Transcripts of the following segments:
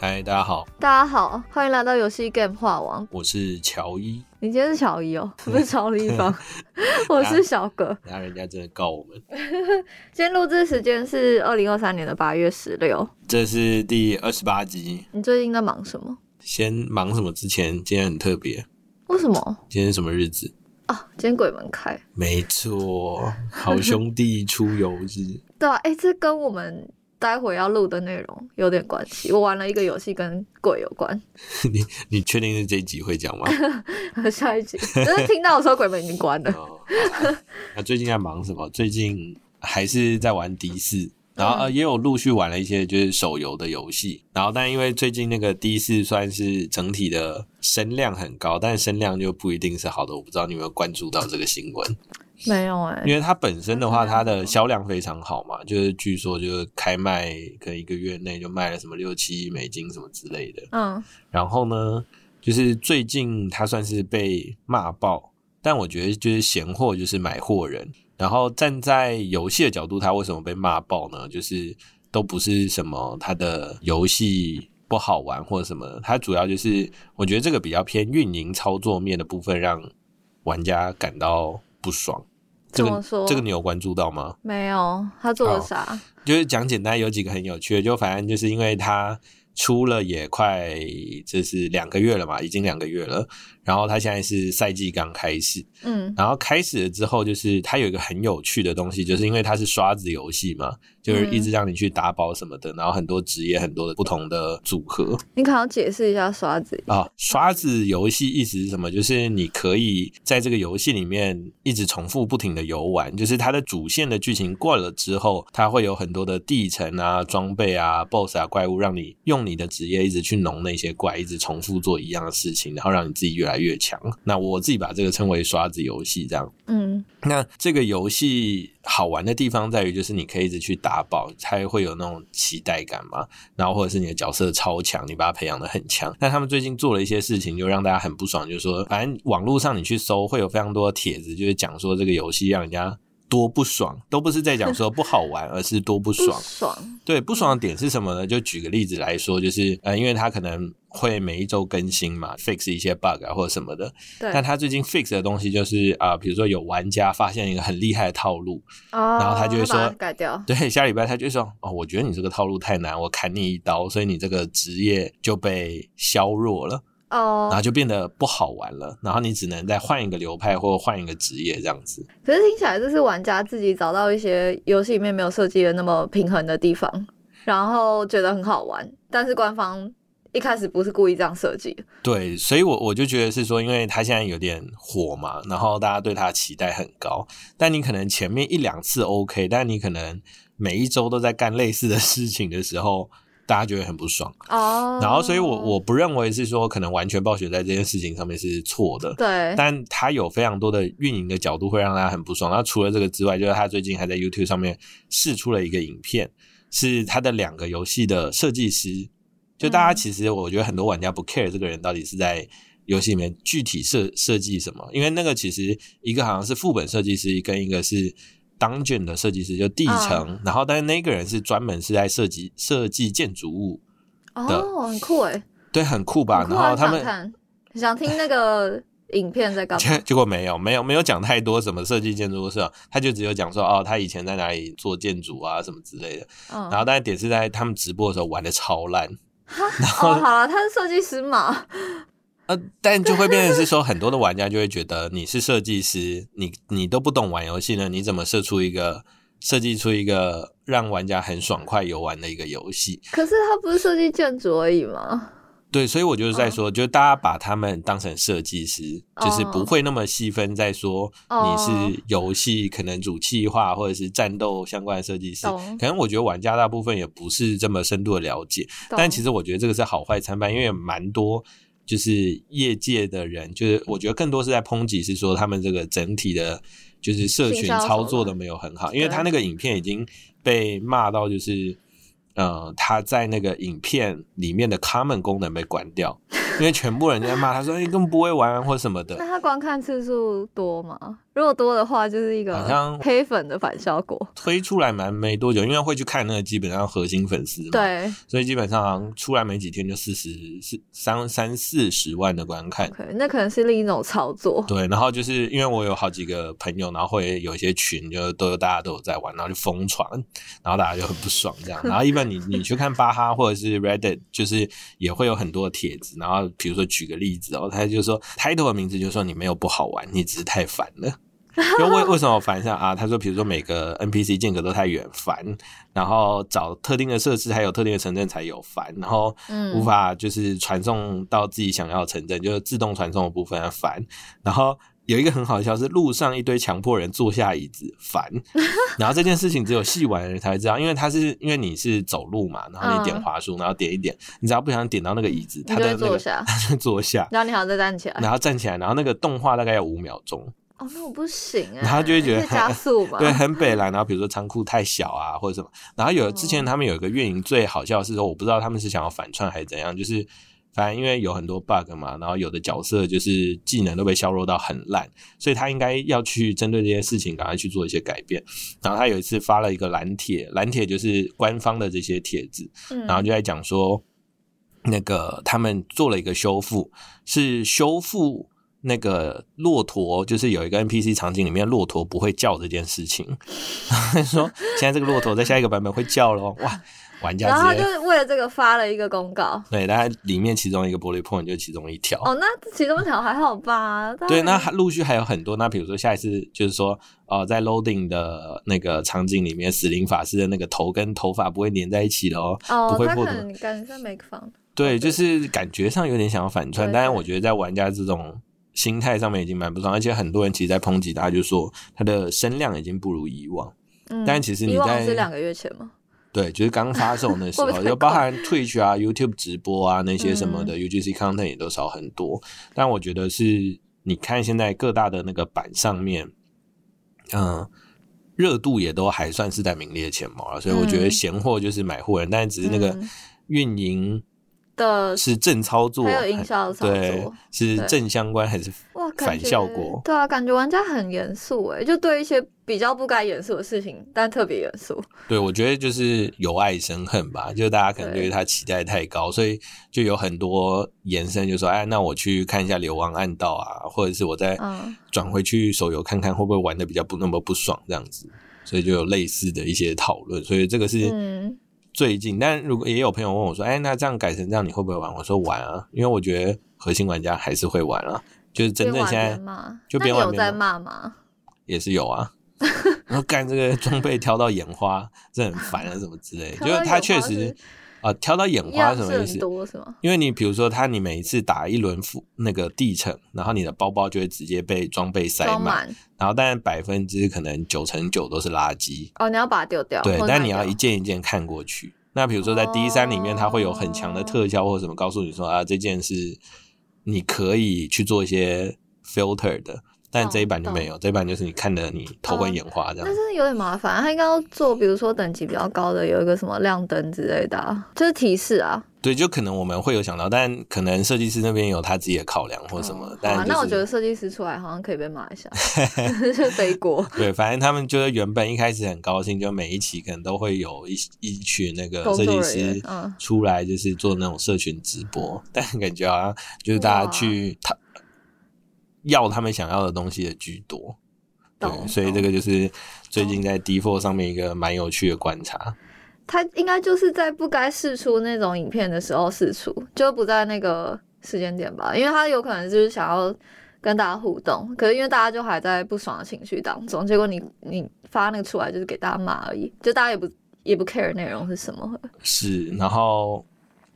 嗨，大家好，大家好，欢迎来到游戏 Game 化王。我是乔伊。你今天是小一哦，嗯不是超立 方，我啊是小葛。然后人家真的告我们，今天录制时间是二零二三年的八月十六。这是第二十八集。你最近在忙什么？先忙什么之前，今天很特别，为什么？今天是什么日子？啊，今天鬼门开。没错，好兄弟出游日。 对啊，哎、这跟我们待会要录的内容有点关系。我玩了一个游戏跟鬼有关， 你你确定是这一集会讲吗？下一集就是听到我说鬼门已经 关了。哦，那最近在忙什么？最近还是在玩迪士，然后、呃也有陆续玩了一些就是手游的游戏，然后但因为最近那个迪士算是整体的声量很高，但声量就不一定是好的，我不知道你有没有关注到这个新闻，没有哎、因为它本身的话，它它的声量很高销量非常好嘛，就是据说就是开卖可能一个月内就卖了什么六七亿美金什么之类的，嗯，然后呢，就是最近他算是被骂爆，但我觉得就是闲货就是买货人。然后站在游戏的角度，他为什么被骂爆呢？就是都不是什么他的游戏不好玩或者什么，它主要就是我觉得这个比较偏运营操作面的部分，让玩家感到不爽。这怎个么说这个你有关注到吗？没有。他做了好啥？就是讲简单，有几个很有趣的，就反正就是因为他出了也快就是两个月了嘛，已经两个月了，然后他现在是赛季刚开始，嗯然后开始了之后，就是它有一个很有趣的东西，就是因为它是刷子游戏嘛，就是一直让你去打宝什么的，然后很多职业、很多的不同的组合，你可能要解释一下刷子。啊、刷子游戏意思是什么？就是你可以在这个游戏里面一直重复不停的游玩，就是它的主线的剧情过了之后，它会有很多的地层啊、装备啊、BOSS 啊、怪物，让你用你的职业一直去弄那些怪，一直重复做一样的事情，然后让你自己越来越强。那我自己把这个称为刷子游戏，这样。嗯那这个游戏好玩的地方在于，就是你可以一直去打宝，它会有那种期待感嘛。然后或者是你的角色超强，你把它培养的很强。但他们最近做了一些事情，就让大家很不爽，就是说，反正网络上你去搜，会有非常多的帖子，就是讲说这个游戏让人家。多不爽，都不是在讲说不好玩，而是多不不爽。爽。对，不爽的点是什么呢？就举个例子来说，就是呃，因为它可能会每一周更新嘛，fix 一些 bug 啊或者什么的，对，但他最近 fix 的东西就是啊、比如说有玩家发现一个很厉害的套路， 然后他就会说改掉。对，下礼拜他就说哦，我觉得你这个套路太难，我砍你一刀，所以你这个职业就被削弱了，然哦后，就变得不好玩了，然后你只能再换一个流派或换一个职业这样子。可是听起来这是玩家自己找到一些游戏里面没有设计的那么平衡的地方，然后觉得很好玩，但是官方一开始不是故意这样设计的。对，所以我我就觉得是说，因为他现在有点火嘛，然后大家对他的期待很高，但你可能前面一两次 OK，但你可能每一周都在干类似的事情的时候，大家就会很不爽。哦，然后，所以我我不认为是说可能完全暴雪在这件事情上面是错的，对但他有非常多的运营的角度会让他很不爽。那除了这个之外，就是他最近还在 YouTube 上面试出了一个影片，是他的两个游戏的设计师。就大家嗯其实我觉得很多玩家不 care 这个人到底是在游戏里面具体设设计什么，因为那个其实一个好像是副本设计师，跟一个是 dungeon 的设计师，就地层。啊然后，但是那个人是专门是在设计设计建筑物。哦，很酷哎，对，很酷吧？很酷然啊后他很们想看想听那个影片在 干嘛？结结果没有，没有，没有讲太多什么设计建筑是吧？他就只有讲说哦，他以前在哪里做建筑啊什么之类的。然嗯，后，但是点是在他们直播的时候玩的超烂，哦，好了，他是设计师嘛，呃，但就会变成是说，很多的玩家就会觉得你是设计师，你你都不懂玩游戏呢，你怎么设出一个设计出一个让玩家很爽快游玩的一个游戏？可是他不是设计建筑而已嘛。对，所以我就是在嗯说，就是大家把他们当成设计师，就是不哦会那么细分在说你哦是游戏可能主气化或者是战斗相关的设计师。懂可能我觉得玩家大部分也不是这么深度的了解，但其实实我觉得这个是好坏参半，因为蛮多就是业界的人，就是我觉得更多是在抨击，是说他们这个整体的，就是社群行销手操作的段没有很好，因为对他那个影片已经被骂到就是。呃，他在那个影片里面的 comment 功能被关掉，因为全部人在骂他说：“哎、根本不会玩或什么的那。他观看次数多吗？如果多的话，就是一好个像黑粉的反效果。”推出来蛮没多久，因为会去看那个基本上核心粉丝嘛，，对所以基本上好像出来没几天就四十四三三四十万的观看。 ，OK，那可能是另一种操作。对，然后就是因为我有好几个朋友，然后会有一些群，就都大家都有在玩，然后就疯传，然后大家就很不爽这样。然后一般你你去看巴哈或者是 Reddit，就是也会有很多帖子。然后比如说举个例子哦，他就说 title 的名字就说你没有不好玩，你只是太烦了。就为为什么我烦上啊？他说，比如说每个 NPC 间隔都太远烦，然后找特定的设施还有特定的城镇才有烦，然后嗯无法就是传送到自己想要的城镇，就是自动传送的部分很烦。然后有一个很好笑是路上一堆强迫人坐下椅子 烦，然后这件事情只有细玩的人才会知道，因为他是因为你是走路嘛，然后你点嗯滑鼠，然后点一点，你只要不小心点到那个椅子，你他就的会那坐个下，他就 坐下，然后你好像再站起来。然后站起来，然后那个动画大概有五秒钟。哦，那我不行哎、欸，然后就会觉得是加速嘛。对，很北蓝。然后比如说仓库太小啊，或者什么。然后有之前他们有一个运营最好笑的是说，我不知道他们是想要反串还是怎样，就是反正因为有很多 bug 嘛，然后有的角色就是技能都被削弱到很烂，所以他应该要去针对这些事情赶快去做一些改变。然后他有一次发了一个蓝帖，蓝帖就是官方的这些帖子，嗯然后就在讲说，那个他们做了一个修复，是修复那个骆驼，就是有一个 NPC 场景里面骆驼不会叫这件事情， 说现在这个骆驼在下一个版本会叫咯，哇，玩然后家他直接就是为了这个发了一个公告。对，大概里面其中一个玻璃 point 就是其中一条。哦，那其中一条还好吧？但对，那还陆续还有很多。那比如说下一次就是说，呃，在 loading 的那个场景里面，死灵法师的那个头跟头发不会粘在一起的哦，哦不，会他破可的能感觉在 make fun。对，对就是感觉上有点想要反串，对但是对我觉得在玩家这种心态上面已经蛮不爽，而且很多人其实在抨击他，就说他的声量已经不如以往。嗯，但其实你以往在是两个月前吗？对，就是刚发售那时 会候，不会太嗯就包含 Twitch 啊、YouTube 直播啊那些什么的、UGC content 也都少很多。但我觉得是，你看现在各大的那个版上面，嗯、热度也都还算是在名列前茅啊了。所以我觉得嗯闲货就是买货人，但只是那个嗯运营的是正操作，还有营销的操对作，是对正相关还是哇，感反觉效果？对啊，感觉玩家很严肃哎，就对一些比较不该严肃的事情，但特别严肃。对，我觉得就是由爱生恨吧，就大家可能对他期待太高，所以就有很多延伸，就说哎，那我去看一下《流亡暗道》啊，或者是我再嗯转回去手游看看会不会玩的比较不那么不爽这样子，所以就有类似的一些讨论，所以这个是嗯，最近。但如果也有朋友问我说，哎，那这样改成这样你会不会玩？我说玩啊，因为我觉得核心玩家还是会玩啊，就是真边正玩现在边骂，就那边你玩有边在骂骂吗？也是有 啊。然后干这个装备挑到眼花，这很烦啊，什么之类的。挑就是到他眼确花实是啊，挑到眼花样是什式么意很思？多是吗？因为你比如说他，你每一次打一轮副那个地层，然后你的包包就会直接被装备塞装满，满然后但百分之可能九成九都是垃圾，哦，你要把它丢掉。对或，者但卖你要掉一啊件一件看过去。那比如说在 D 三里面，它会有很强的特效或者什么，告诉你说啊，这件是你可以去做一些 filter 的，但这一版就没有，这一版就是你看的你头昏眼花这样嗯但。是有点麻烦，他应该要做，比如说等级比较高的，有一个什么亮灯之类的啊、就是提示啊。对，就可能我们会有想到，但可能设计师那边有他自己的考量或什么，哦但、好就啊是、那我觉得设计师出来好像可以被骂 一下， 就背锅。对，反正他们就是原本一开始很高兴，就每一期可能都会有一一群那个工设作计人员师嗯出来，就是做那种社群直播， 但感觉好像就是大家哇去他要他们想要的东西的居多。对，懂嗯所以这个就是最近在 D Four 上面一个蛮有趣的观察。他应该就是在不该试出那种影片的时候试出，就不在那个时间点吧，因为他有可能就是想要跟大家互动，可是因为大家就还在不爽的情绪当中，结果你你发那个出来就是给大家骂而已，就大家也不也不 care 内容是什么。是，然后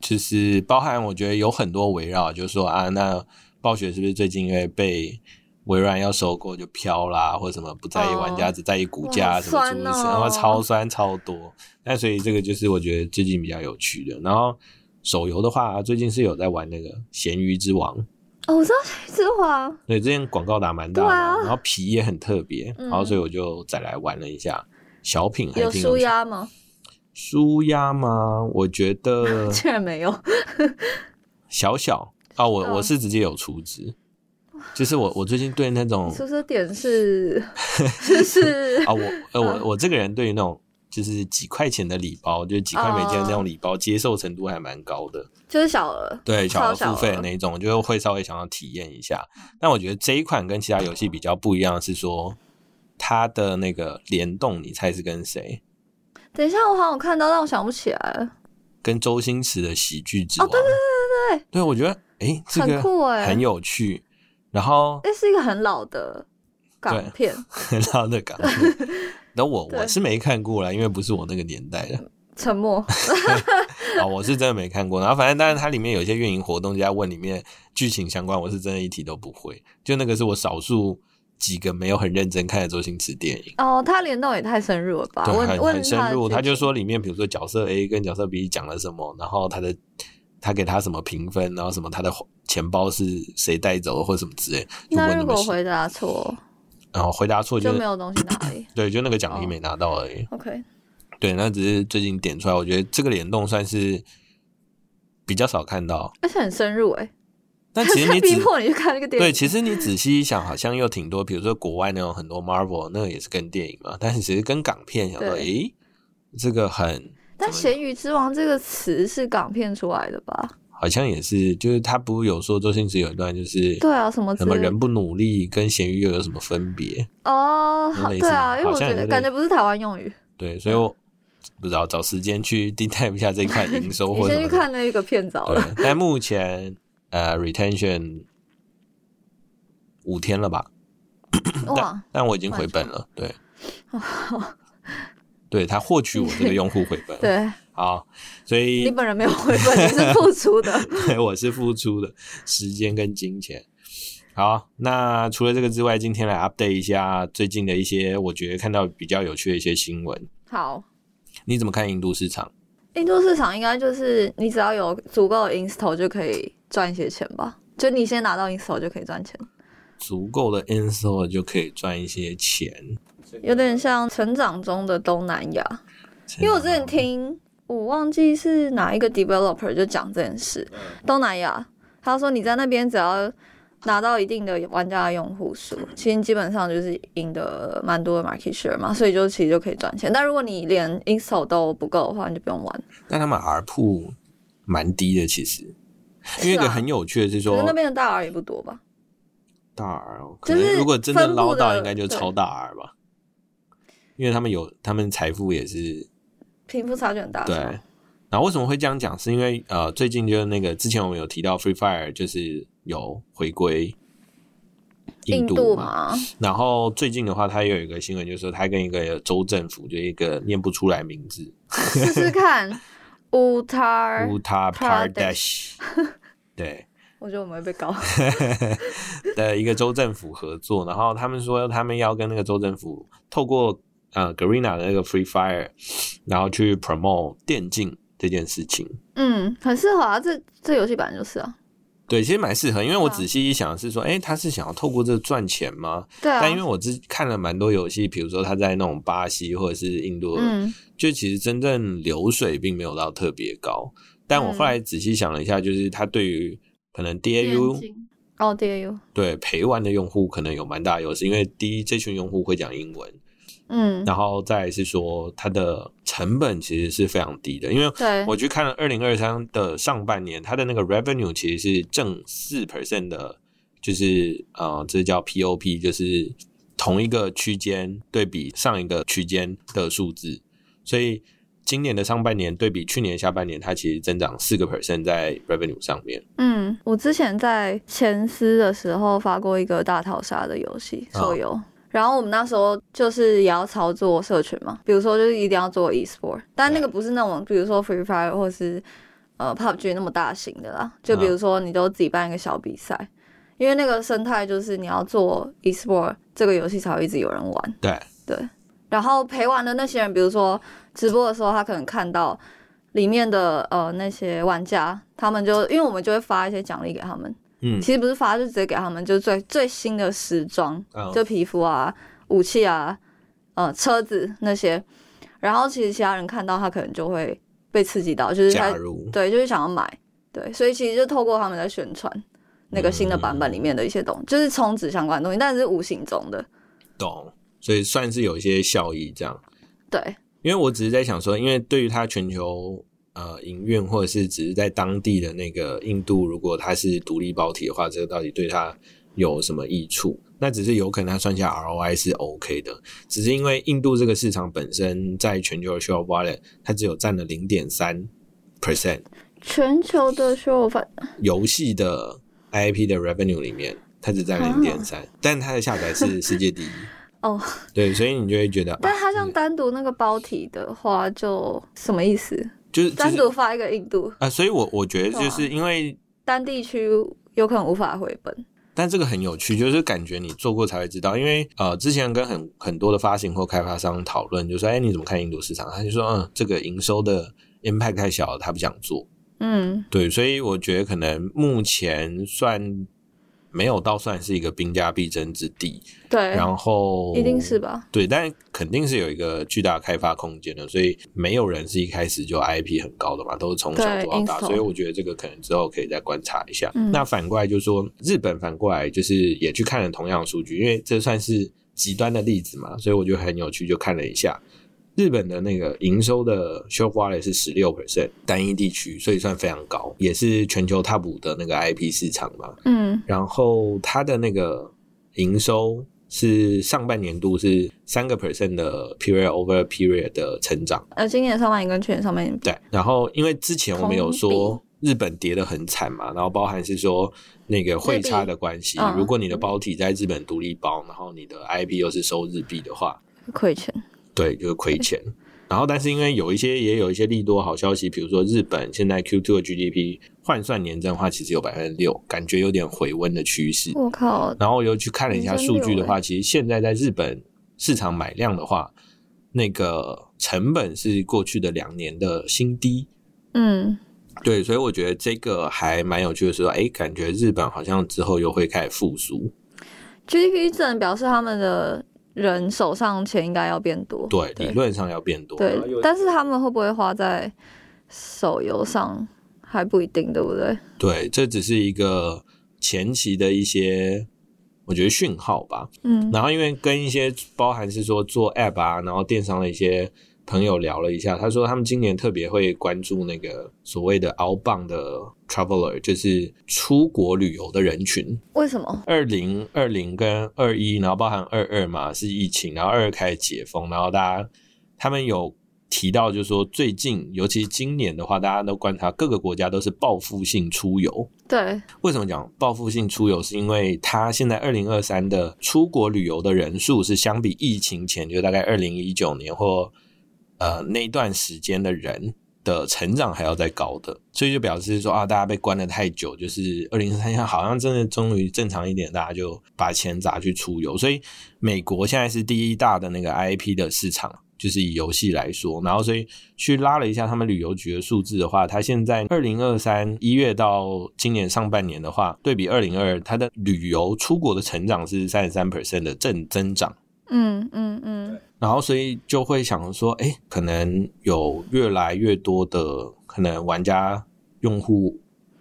就是包含我觉得有很多围绕，就是说啊，那暴雪是不是最近因为被微软要收购就飘啦，或者什么不在意玩家，哦只在意股哇价啊好什么诸如酸此类，哦然后超酸超多。那所以这个就是我觉得最近比较有趣的。然后手游的话，最近是有在玩那个《咸鱼之王》，哦，我知道徐之华，对，之前广告打蛮大的，对啊然后皮也很特别，嗯然后所以我就再来玩了一下。小品还有挺舒趣压吗？舒压吗？我觉得 竟然没有，小小啊、我嗯我是直接有出资，就是我我最近对那种出资点是是是啊、我呃嗯我我这个人对于那种就是几块钱的礼包，就是几块美金的那哦种礼包，接受程度还蛮高的。就是小额，对，想超要小付费的额嗯那一种，就会稍微想要体验一下。但我觉得这一款跟其他游戏比较不一样的是说，它的那个联动，你猜是跟谁？等一下，我好像有看到，但我想不起来了。跟周星驰的《喜剧哦之王》对对对对对，我觉得诶，这很个酷欸很有趣。然后哎、是一个很老的港对片， 很老的港 片，然后我我对是没看过啦，因为不是我那个年代的沉默。啊，我是真的没看过。然后反正，当然它里面有一些运营活动，就在问里面剧情相关，我是真的一题都不会。就那个是我少数几个没有很认真看的周星驰电影。哦，他联动也太深入了吧？对，啊问很问很深入。的他剧就情说里面，比如说角色 A 跟角色 B 讲了什么，然后他的他给他什么评分，然后什么他的钱包是谁带走或什么之类。就那问如么果细，回答错，然后回答错就就是没有东西拿 而已。对，就那个奖励哦没拿到而已。 OK，对，那只是最近点出来，我觉得这个联动算是比较少看到。而且很深入哎、但 其实你 逼只迫你去看那个电对，影。其实你仔细一想，好像又挺多，比如说国外那种很多 Marvel 那个也是跟电影嘛，但是其实跟港片想说，对诶，这个很但“咸鱼之王”这个词是港片出来的吧？好像也是，就是他不是有说周星驰有一段就是对啊，什么什之么类的人不努力跟咸鱼又有什么分别？哦，有好类似对啊，吗因为好我像觉有得类感觉不是台湾用语。对，所以我不知道找时间去 deep dive 一下这块营收 你或者先什么去的。看那个片早了。对，但目前呃 retention 五天了吧？哇，但我已经回本了，对。对他获取我这个用户回本， 对好，所以你本人没有回本，你是付出 的。对，我是付出的时间跟金钱。好，那除了这个之外，今天来 update 一下最近的一些我觉得看到比较有趣的一些新闻。好，你怎么看印度市场？印度市场应该就是你只要有足够的 install 就可以赚一些钱吧？就你先拿到 install 就可以赚钱，足够的 i n s o l 就可以赚一些钱。有点像成长中的东南亚。嗯因为我之前听，我忘记是哪一个 developer 就讲这件事，嗯东南亚，他说你在那边只要拿到一定的玩家的用户数，其实你基本上就是赢得蛮多的 market share 嘛，所以就其实就可以赚钱。但如果你连 install 都不够的话，你就不用玩。但他们 R 铺蛮低的，其实。因为一是个啊很有趣的是可说是，那边的大 R 也不多吧？大 R 哦可就能是如果真的分布捞到，的应该就对超大 R 吧，因为他们有他们财富也是贫富差距很大。对是吗，然后为什么会这样讲？是因为呃，最近就是那个之前我们有提到 Free Fire 就是有回归印印度度嘛，嘛， 然后最近的话，它有一个新闻，就是说它跟一个州政府，就一个念不出来名字试试看。乌塔尔， ，Uttar Pradesh， Pradesh 对我觉得我们会被告。的一个州政府合作，然后他们说他们要跟那个州政府透过呃 Garena 的那个 Free Fire，然后去 promote 电竞这件事情。嗯，很适合啊，这这游戏本来就是啊。对，其实蛮适合，因为我对啊仔细一想是说，哎、他是想要透过这赚钱吗？对啊。但因为我之看了蛮多游戏，比如说他在那种巴西或者是印度，嗯，就其实真正流水并没有到特别高。但我后来仔细想了一下，就是他对于可能 DAU 哦，DAU，对陪玩的用户可能有蛮大的优势，因为第一这群用户会讲英文，嗯，然后再来是说它的成本其实是非常低的，因为对，我去看了二零二三的上半年，它的那个 revenue 其实是正四 percent 的，就是呃，这叫 POP，就是同一个区间对比上一个区间的数字，所以今年的上半年对比去年下半年，它其实增长四个 percent 在 revenue 上面。嗯，我之前在前司的时候发过一个大逃杀的游戏啊手游，然后我们那时候就是也要操作社群嘛，比如说就是一定要做 e-sport，但那个不是那种比如说 Free Fire 或是呃 PUBG 那么大型的啦，就比如说你就自己办一个小比赛，因为那个生态就是你要做 e-sport 这个游戏才会一直有人玩。对，然后陪玩的那些人，比如说直播的时候，他可能看到里面的呃那些玩家，他们就因为我们就会发一些奖励给他们，嗯其实不是发，就直接给他们，就是最最新的时装，嗯就皮肤啊、武器啊、呃车子那些。然后其实其他人看到他可能就会被刺激到，就是他假如对，就是想要买。对，所以其实就透过他们在宣传那个新的版本里面的一些东就是充值相关的东西，但是无形中的。懂，所以算是有一些效益这样。对，因为我只是在想说，因为对于它全球呃营运，或者是只是在当地的那个印度，如果它是独立包体的话，这个到底对它有什么益处？那只是有可能它算下 ROI 是 OK 的，只是因为印度这个市场本身在全球的 Share Wallet 它只有占了零点三 percent 全球的修法游戏的 IP 的 revenue 里面，它只占零点三，但它的下载是世界第一。啊哦，对，所以你就会觉得，但啊它像单独那个包体的话，就什么意思？就是就单是独发一个印度，啊，所以我我觉得对就啊是因为，单地区有可能无法回本。但这个很有趣，就是感觉你做过才会知道。因为呃，之前跟很很多的发行或开发商讨论，就说，哎，你怎么看印度市场？他就说，嗯，这个营收的 impact 太小了，他不想做。嗯，对，所以我觉得可能目前算没有到算是一个兵家必争之地，对，然后一定是吧？对，但肯定是有一个巨大的开发空间的，所以没有人是一开始就 IP 很高的嘛，都是从小对做到大， info 所以我觉得这个可能之后可以再观察一下。嗯那反过来就说，日本反过来就是也去看了同样的数据，因为这算是极端的例子嘛，所以我就很有趣，就看了一下日本的那个营收的 s h o p w a l e 是十六 percent 单一地区，所以算非常高，也是全球 top 五的那个 IP 市场嘛。嗯，然后它的那个营收是上半年度是三个 percent 的 period over period 的成长，呃，今年上半年跟去年上半年比，对。然后因为之前我们有同说日本跌得很惨嘛，然后包含是说那个汇差的关系日币嗯，如果你的包体在日本独立包，然后你的 IP 又是收日币的话，亏钱。对，就是亏钱。然后，但是因为有一些也有一些利多好消息，比如说日本现在 Q2 的 GDP 换算年增的话，其实有百分之六，感觉有点回温的趋势。我靠，然后又去看了一下数据哎的话，其实现在在日本市场买量的话，那个成本是过去的两年的新低。嗯，对，所以我觉得这个还蛮有趣的是说，哎，感觉日本好像之后又会开始复苏。 GDP 证表示他们的人手上钱应该要变多，对，对理论上要变多。然后对又但是他们会不会花在手游上还不一定，对不对？对，这只是一个前期的一些。我觉得讯号吧，嗯，然后因为跟一些包含是说做 app 啊，然后电商的一些朋友聊了一下，他说他们今年特别会关注那个所谓的 outbound 的 traveler，就是出国旅游的人群。为什么？二零二零跟二一，然后包含二二嘛是疫情，然后二二开始解封，然后大家他们有提到，就是说最近，尤其今年的话，大家都观察各个国家都是报复性出游，对，为什么讲报复性出游？是因为它现在二零二三的出国旅游的人数是相比疫情前，就大概二零一九年或呃那段时间的人的成长还要再高的，所以就表示说啊，大家被关的太久，就是二零二三年好像真的终于正常一点，大家就把钱砸去出游。所以美国现在是第一大的那个 IP 的市场。就是以游戏来说，然后所以去拉了一下他们旅游局的数字的话，它现在二零二三一月到今年上半年的话，对比二零二，它的旅游出国的成长是三十三 percent 的正增长。嗯嗯嗯，然后所以就会想说，哎、可能有越来越多的可能玩家用户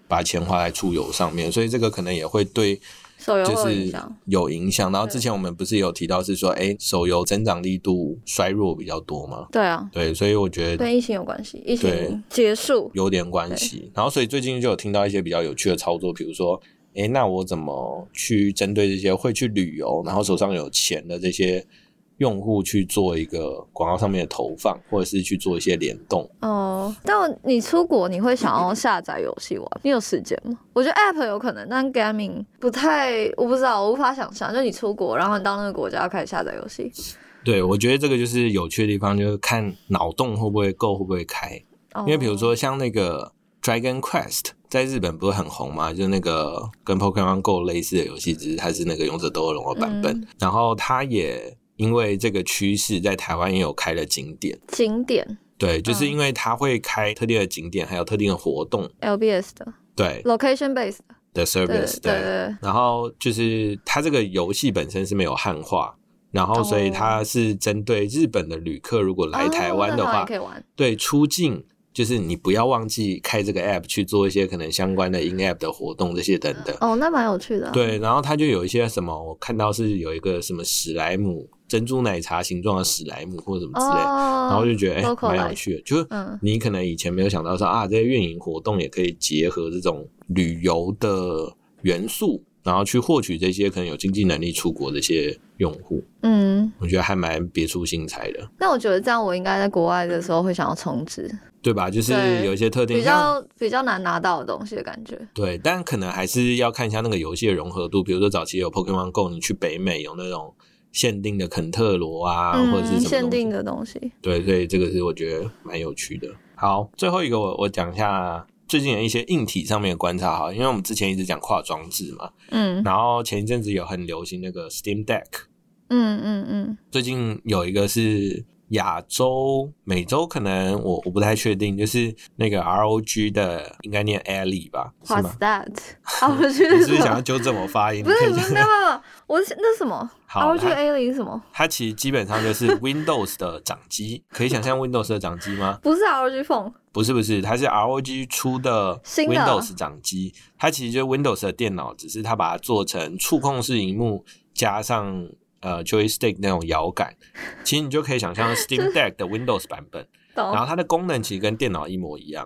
把钱花在出游上面，所以这个可能也会对手游会就有影是响。有影响。然后对之前我们不是有提到是说，哎、手游增长力度衰弱比较多吗？对啊，对，所以我觉得跟疫情有关系，疫对情结束，有点关系。然后所以最近就有听到一些比较有趣的操作，比如说，诶，那我怎么去针对这些会去旅游，然后手上有钱的这些用户去做一个广告上面的投放，或者是去做一些联动？哦，但我你出国你会想要下载游戏玩？你有时间吗？我觉得 App 有可能，但 Gaming 不太，我不知道，我无法想象。就你出国，然后你到那个国家开始下载游戏。对，我觉得这个就是有趣的地方，就是看脑洞会不会够，会不会开。哦因为比如，说像那个 Dragon Quest 在日本不是很红嘛，就是那个跟 Pokemon Go 类似的游戏，只是它是那个勇者斗恶龙的版本。嗯然后它也因为这个趋势，在台湾也有开了景点。景点对，就是嗯因为它会开特定的景点，还有特定的活动， LBS 的对 location base 的，的对 service，对对，然后就是它这个游戏本身是没有汉化，然后所以哦它是针对日本的旅客，如果来台湾的哦那好话，也可以玩。对出境就是你不要忘记开这个 app 去做一些可能相关的 in app 的活动这些等等。哦，那蛮有趣的、啊。对，然后它就有一些什么，我看到是有一个什么史莱姆珍珠奶茶形状的史莱姆或者什么之类的，哦，然后就觉得哎 localize 蛮、有趣的，就是嗯你可能以前没有想到说啊，这些运营活动也可以结合这种旅游的元素，然后去获取这些可能有经济能力出国的一些用户，嗯，我觉得还蛮别出心裁的，那我觉得这样我应该在国外的时候会想要充值，对吧？就是对有一些特定比像较比较难拿到的东西的感觉。对，但可能还是要看一下那个游戏的融合度。比如说早期有 Pokemon Go，你去北美有那种限定的肯特罗啊，或者是嗯，什么限东西定。的东西。对，所以这个是我觉得蛮有趣的。好，最后一个我我讲一下最近的一些硬体上面的观察哈，因为我们之前一直讲跨装置嘛，嗯然后前一阵子有很流行那个 Steam Deck，嗯嗯嗯，最近有一个是亚洲、美洲，可能我我不太确定，就是那个 ROG 的，应该念 Ally 吧，是 What's 吗？ that？啊，我去你得是不什是想要么？纠正我发音？不是，你不可以是，没有办法，我是那什么好 R G 它 A 零什么？它其实基本上就是 Windows 的掌机，可以想象 Windows 的掌机吗？不是 R G Phone，不是不是，它是 ROG 出的新的 Windows 掌机，它其实就是 Windows 的电脑，只是它把它做成触控式荧幕加上呃 joystick 那种摇杆，其实你就可以想 象 Steam Deck 的 Windows 版本，然后懂？它的功能其实跟电脑一模一样，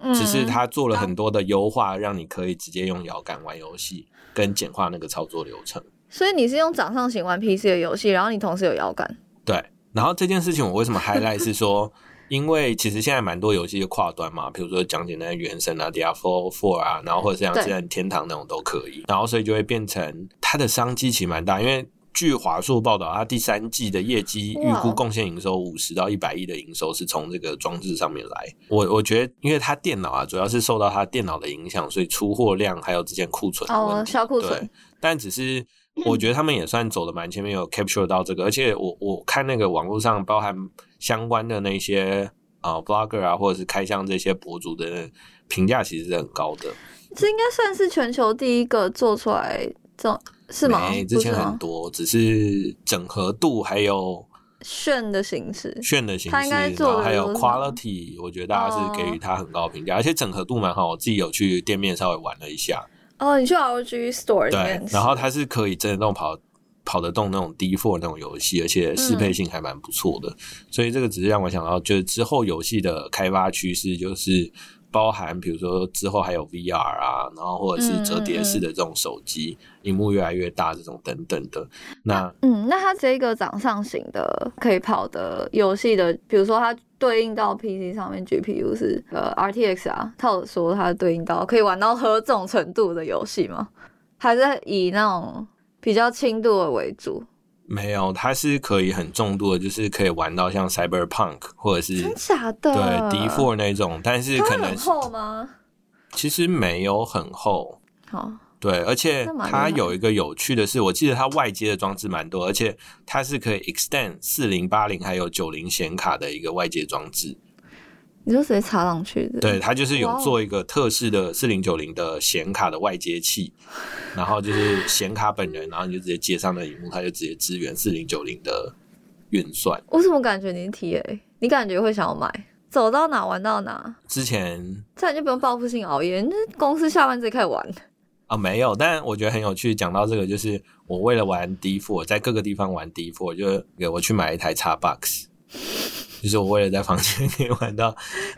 哦嗯只是它做了很多的优化，让你可以直接用摇杆玩游戏，跟简化那个操作流程。所以你是用掌上型玩 PC 的游戏，然后你同时有摇杆。对，然后这件事情我为什么 highlight 是说，因为其实现在蛮多游戏就跨端嘛，比如说讲简单的《原神》啊，《Diablo Four》啊，然后或者是像对之前《天堂》那种都可以，然后所以就会变成它的商机其实蛮大，因为。据华硕报道，它第三季的业绩预估哇贡献营收五十到一百亿的营收是从这个装置上面来。我我觉得，因为它电脑啊，主要是受到它电脑的影响，所以出货量还有之前库存的问哦，题销库对存。，但只 是我觉得他们也算走的蛮前面，有 capture 到这个，而且我我看那个网络上包含相关的那些啊、呃 blogger 啊，或者是开箱这些博主的评价，其实是很高的。这应该算是全球第一个做出来这种是吗？没之不是前很吗？多，只是整合度还有炫的形式。炫的形他式，应该然做哦后的还有都是 quality，我觉得大家是给予它很高评价，而且整合度蛮好。我自己有去店面稍微玩了一下，哦，你去 R G Store 里对面，吃。然后它是可以真的动跑跑得动那种 D four 那种游戏，而且适嗯配性还蛮不错的。所以这个只是让我想到，就是之后游戏的开发趋势就是。包含比如说之后还有 VR 啊，然后或者是嗯折叠式的这种手机，荧、幕越来越大这种等等的。那嗯，那它这个掌上型的可以跑的游戏的，比如说它对应到 PC 上面 GPU 是呃 RTX 啊，它有说它对应到可以玩到何种程度的游戏吗？还是以那种比较轻度的为主？没有，它是可以很重度的，就是可以玩到像 Cyberpunk 或者是真假的？对 D four 那种，但是它可会能很厚吗？其实没有很厚，好，对，而且那蛮厉它害有一个有趣的是，我记得它外接的装置蛮多，而且它是可以 extend 四零八零还有九零显卡的一个外接装置。你就直接插上去的。对，，它就是有哇哦做一个特式的四零九零的显卡的外接器，然后就是显卡本人，然后你就直接接上那荧幕，它就直接支援四零九零的运算。我怎么感觉你是 TA？你感觉会想要买？走到哪玩到哪，之前这样你就不用报复性熬夜，你就是公司下班直接开始玩。啊、没有，但我觉得很有趣。讲到这个，就是我为了玩 D four，在各个地方玩 D four，就是给我去买一台 x box，就是我为了在房间可以玩到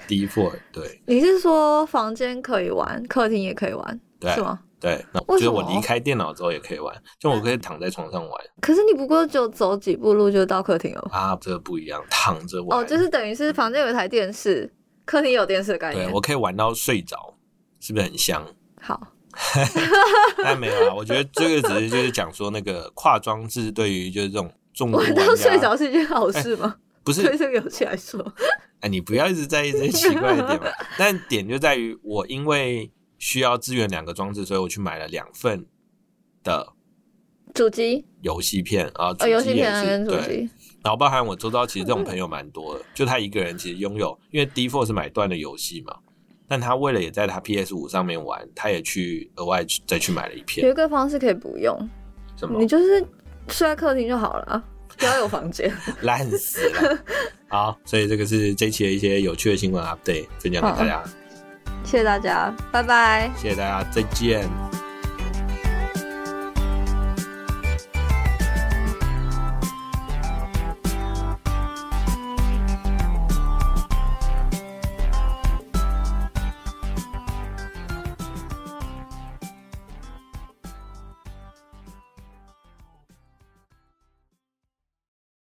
D four。对你是说房间可以玩，客厅也可以玩，对是吗？对，那就为什是么我离开电脑之后也可以玩，就我可以躺在床上玩可是你不过就走几步路就到客厅了。啊，这个不一样，躺着玩。哦，就是等于是房间有一台电视，客厅有电视的概对念。我可以玩到睡着，是不是很香？好，但没有啊，我觉得这个只是就是讲说那个跨装置对于就是这种重度玩玩到家睡着是一件好事吗？不是 对这个游戏来说，哎，你不要一直在意这些奇怪的点 嘛。但点就在于我因为需要支援两个装置，所以我去买了两份的主机游戏片啊，主呃，游机戏也片啊是跟主对。机，然后包含我周遭其实这种朋友蛮多的，就他一个人其实拥有，因为 D Four 是买断的游戏嘛，但他为了也在他 PS 五上面玩，他也去额外去再去买了一有片一个方式可以不用，什么你就是睡在客厅就好了啊。不要有房间。烂死了。 好，所以这个是这一期的一些有趣的新闻 update，分享给大家。谢谢大家，拜拜。谢谢大家，再见。